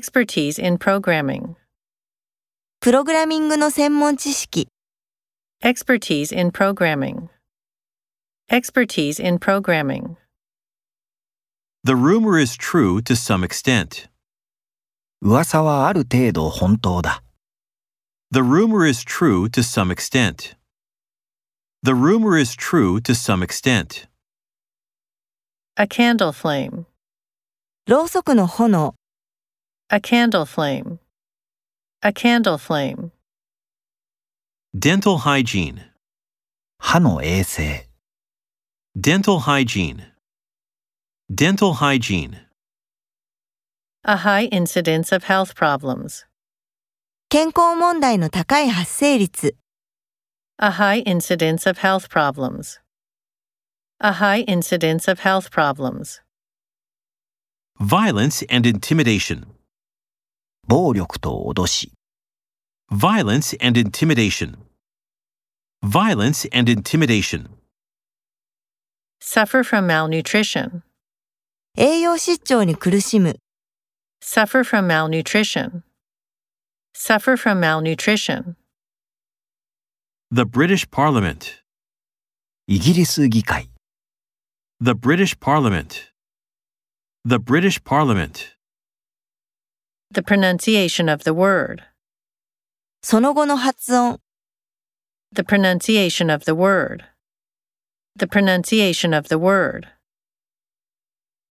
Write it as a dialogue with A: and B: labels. A: Expertise in programming.
B: プログラミングの専門知識、
A: Expertise in programming. Expertise in programming.
C: The rumor is true to some extent.
D: 噂はある程度本当だ。
C: The rumor is true to some extent. The rumor is true to some extent.
A: A candle flame.
B: ろうそくの炎、
A: A candle flame. A candle flame.
C: Dental hygiene.
D: 歯の衛生、
C: Dental hygiene. Dental hygiene.
A: A high incidence of health problems.
B: 健康問題の高い発生率、
A: A high incidence of health problems. A high incidence of health problems.
C: Violence and intimidation.
D: 暴力と脅し、
C: Violence and intimidation. Violence and intimidation.
A: Suffer from malnutrition.
B: 栄養失調に苦しむ、
A: Suffer from malnutrition. Suffer from malnutrition.
C: The British Parliament.
D: イギリス議会、
C: The British Parliament. The British Parliament.
A: The pronunciation of the word.
B: その後の発音、
A: The pronunciation of the word. The pronunciation of the word.